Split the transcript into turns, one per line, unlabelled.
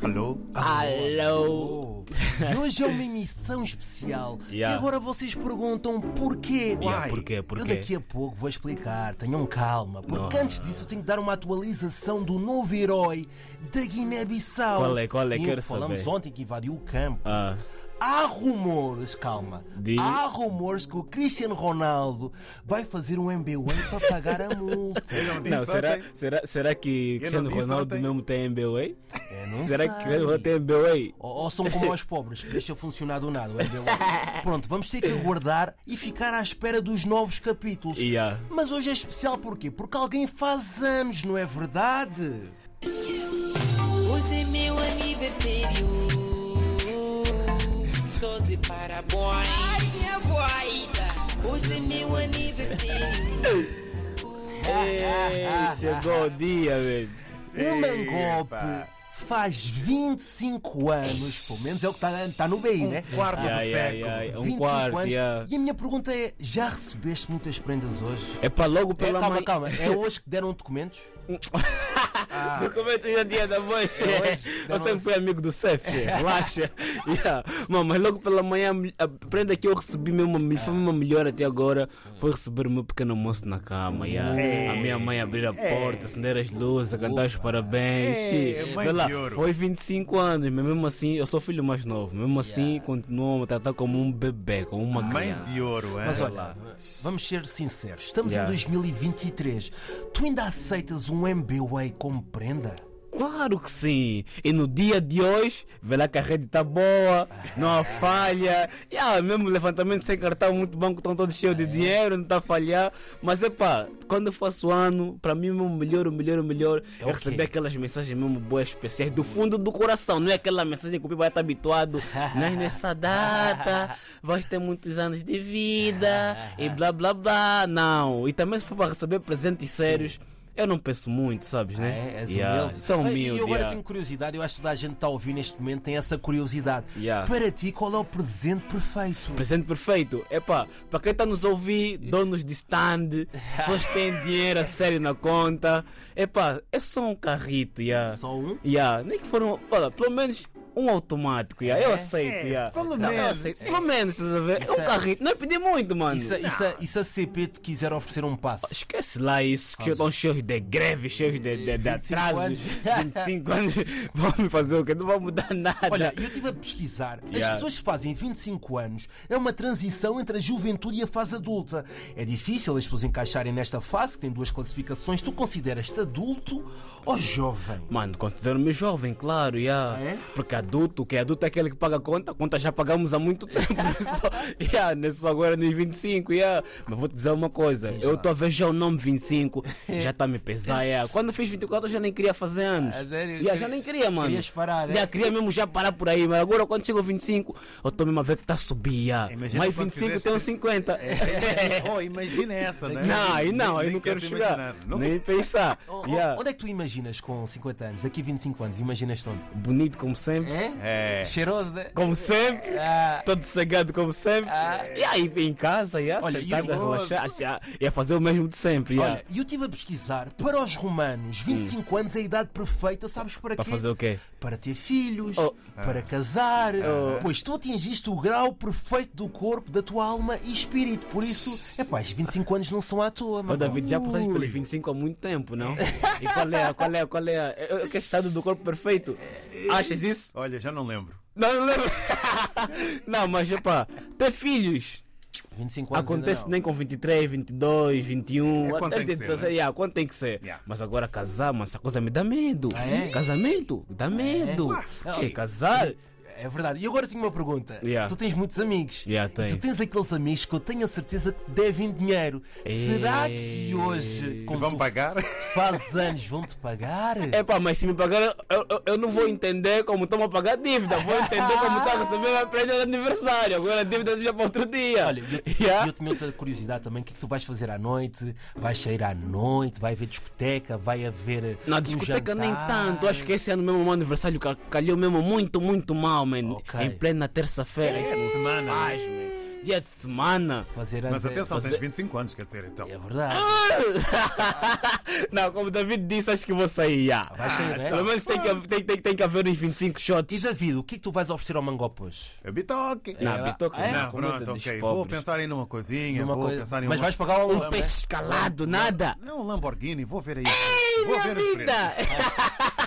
Alô?
Alô?
E hoje é uma emissão especial.
Yeah.
E agora vocês perguntam porquê?
Yeah,
Uai,
porquê, porquê?
Eu daqui a pouco vou explicar, tenham calma, porque
Não.
antes disso eu tenho que dar uma atualização do novo herói da Guiné-Bissau.
Qual é, qual é?
Sim,
Quero
Falamos
saber.
ontem que invadiu o campo.
Ah,
Há rumores, calma.
Diz.
Há rumores que o Cristiano Ronaldo vai fazer um MBA para pagar a multa.
Eu não disse
não, será,
ontem.
será, será que
Eu não
Cristiano
disse
Ronaldo
ontem.
mesmo tem MBA?
Eu não
Será
sei.
que Cristiano Ronaldo tem MBA?
Ou, ou são como aos pobres, que deixa funcionar do nada. o MBA. Pronto, vamos ter que aguardar e ficar à espera dos novos capítulos.
Yeah.
Mas hoje é especial porquê? Porque alguém faz anos, não é verdade?
Hoje é meu aniversário. oh. Estou de parabéns. Ai, minha voida. Hoje é meu aniversário.
Ei, chegou o dia, velho.
O Um Mangope
Epa.
faz 25 anos, pelo menos é o que está tá no
Um
BI, né?
Quarto
Yeah,
do
yeah,
século.
yeah, é um
25
quarto,
anos.
yeah.
E a minha pergunta é: já recebeste muitas prendas hoje?
É para logo
É,
pela
calma,
manhã.
calma. É hoje que deram documentos?
Documentos já dia da voz.
É,
Eu sempre fui amigo do Cef, relaxa. Yeah. Mano, mas logo pela manhã, a prenda que eu recebi mesmo, a mel- foi uma melhor até agora, foi receber o meu pequeno almoço na cama. yeah.
É.
A minha mãe abrir a porta, acender as luzes, cantar os parabéns.
É,
sim.
mãe
Vê lá,
de ouro.
foi 25 anos, mas mesmo assim, eu sou filho mais novo. Mesmo assim, continuam a me tratar como um bebê, como uma
Mãe
criança.
de ouro, é? hein?
Mas olha, vamos ser sinceros. Estamos
Yeah.
em 2023. Tu ainda aceitas um MBA como prenda?
Claro que sim! E no dia de hoje, vê lá que a rede está boa, não há falha. E ah, mesmo levantamento sem cartão, muito banco, estão todos
É.
cheios de dinheiro, não está a falhar. Mas é pá, quando eu faço ano, para mim o melhor, o melhor, o melhor é
o
receber
quê?
aquelas mensagens mesmo boas, especiais, do fundo do coração. Não é aquela mensagem que o Piba está habituado, mas nessa data vais ter muitos anos de vida e blá blá blá. Não! E também se for para receber presentes sérios. Eu não penso muito, sabes, né?
É, és
Yeah,
humilde.
São
Ah,
humildes.
E eu agora
yeah.
tenho curiosidade. Eu acho que toda a gente que está a ouvir neste momento tem essa curiosidade.
Yeah.
Para ti, qual é o presente perfeito?
Presente perfeito. Epá, para quem está nos ouvir, donos de stand, pessoas que têm dinheiro a sério na conta. Epá, é só um carrito, yeah.
Só um?
Yeah. Nem que foram, olha, pelo menos um automático, yeah. eu aceito. Yeah.
pelo
Não, eu
menos.
aceito. é, Pelo menos, estás a ver? É
É. Isso
um
é-
carrito, não é pedir muito, mano.
Isso, isso, é- isso a CP te quiser oferecer um passo.
Esquece lá isso, que estão cheios de greve, cheios de, de, de
25
atrasos.
anos.
25 anos. Vão me fazer o quê? Não vão mudar nada.
Olha, eu estive a pesquisar.
Yeah.
As pessoas que fazem 25 anos é uma transição entre a juventude e a fase adulta. É difícil as pessoas encaixarem nesta fase, que tem duas classificações. Tu consideras-te adulto ou jovem?
Mano, considero-me jovem, claro, yeah.
Ah, é?
porque adulto, que adulto é aquele que paga a conta, a conta já pagamos há muito tempo, não é só, yeah, não é só agora nos 25, yeah. mas vou te dizer uma coisa, eu estou a ver já o nome 25, já está a me pesar, yeah. quando eu fiz 24 eu já nem queria fazer anos,
Ah, sério?
Yeah, já nem queria mano,
Querias parar, é?
yeah, queria mesmo já parar por aí, mas agora quando chego ao 25, eu estou mesmo a ver que está a subir, yeah.
Imagina
mais
quando
25
fizeste-
tenho 50,
oh, imagina essa, né?
não, e não,
Nem-
aí
nem
não quero
queres
chegar,
imaginar. Não.
nem pensar,
O- o-
yeah.
Onde é que tu imaginas com 50 anos? Daqui a 25 anos, imaginas-te onde?
bonito como sempre,
É?
É.
Cheiroso, né?
como sempre.
Ah,
Todo cegado como sempre. e aí, em casa, ia
Olha,
sentado
e
a
o-
relaxar, assim, ah, ia fazer o mesmo de sempre. ia.
Olha, eu estive a pesquisar. Para os romanos, 25 anos é a idade perfeita, sabes para
Hum. Para
quê?
fazer o quê?
para ter filhos,
Oh.
para casar, pois tu atingiste o grau perfeito do corpo, da tua alma e espírito. Por isso, é pá, os 25 anos não são à toa,
Ô,
mano.
David, já passaste pelos 25 há muito tempo, não? E qual é, a- qual é, a- qual é a, é- é que é o estado do corpo perfeito? Achas isso?
Olha, já não lembro.
Não, não lembro. Não, mas, epá, ter filhos
25 anos
acontece
ainda
nem com 23, 22, 21,
É quando tem que ser,
16,
né?
yeah, quando tem que ser.
Yeah.
Mas agora casar, mas essa coisa me dá medo.
Ah, é?
Casamento, dá medo.
Ah,
Che,
ok.
casar,
não. É verdade. E agora tenho uma pergunta.
Yeah.
Tu tens muitos amigos.
Yeah,
E
tenho.
tu tens aqueles amigos que eu tenho a certeza que te devem dinheiro.
É.
Será
Ei.
que hoje,
Te
quando
vão
tu
pagar?
fazes anos, vão-te pagar?
É pá, mas se me pagar, eu, eu, eu não vou entender como estão a pagar dívida. Vou entender como está a receber a prenda de aniversário. Agora a dívida deixa para outro dia.
Olha, eu,
Yeah.
eu tenho outra curiosidade também. O que é que tu vais fazer à noite? Vais sair à noite? Vai haver discoteca? Vai haver.
Na
um
discoteca nem
jantar?
tanto. Acho que é esse ano mesmo o meu aniversário ca- calhou mesmo muito, muito mal, mano.
Ok.
Em plena terça-feira. Isso não se
semana.
faz, man. dia de semana.
Fazer
Mas
antes é-
atenção,
você-
tens 25 anos, quer dizer, então.
É verdade.
Ah! Não, como o David disse, acho que vou sair já.
Vai sair, né?
Pelo menos tem que, tem, tem, tem que haver uns 25
E
shots.
David, o que é que tu vais oferecer ao Mangopos?
É bitoque.
Não, Bitoca,
é?
Não,
comida
pronto,
dos
ok. Vou
pobres.
pensar em numa coisinha,
Uma
vou
coisa-
pensar em
Mas
uma...
vais pagar o
Um peixe escalado, Um nada.
Não, um Lamborghini, vou ver aí.
Ei,
vou
minha
ver os
vida!
preços.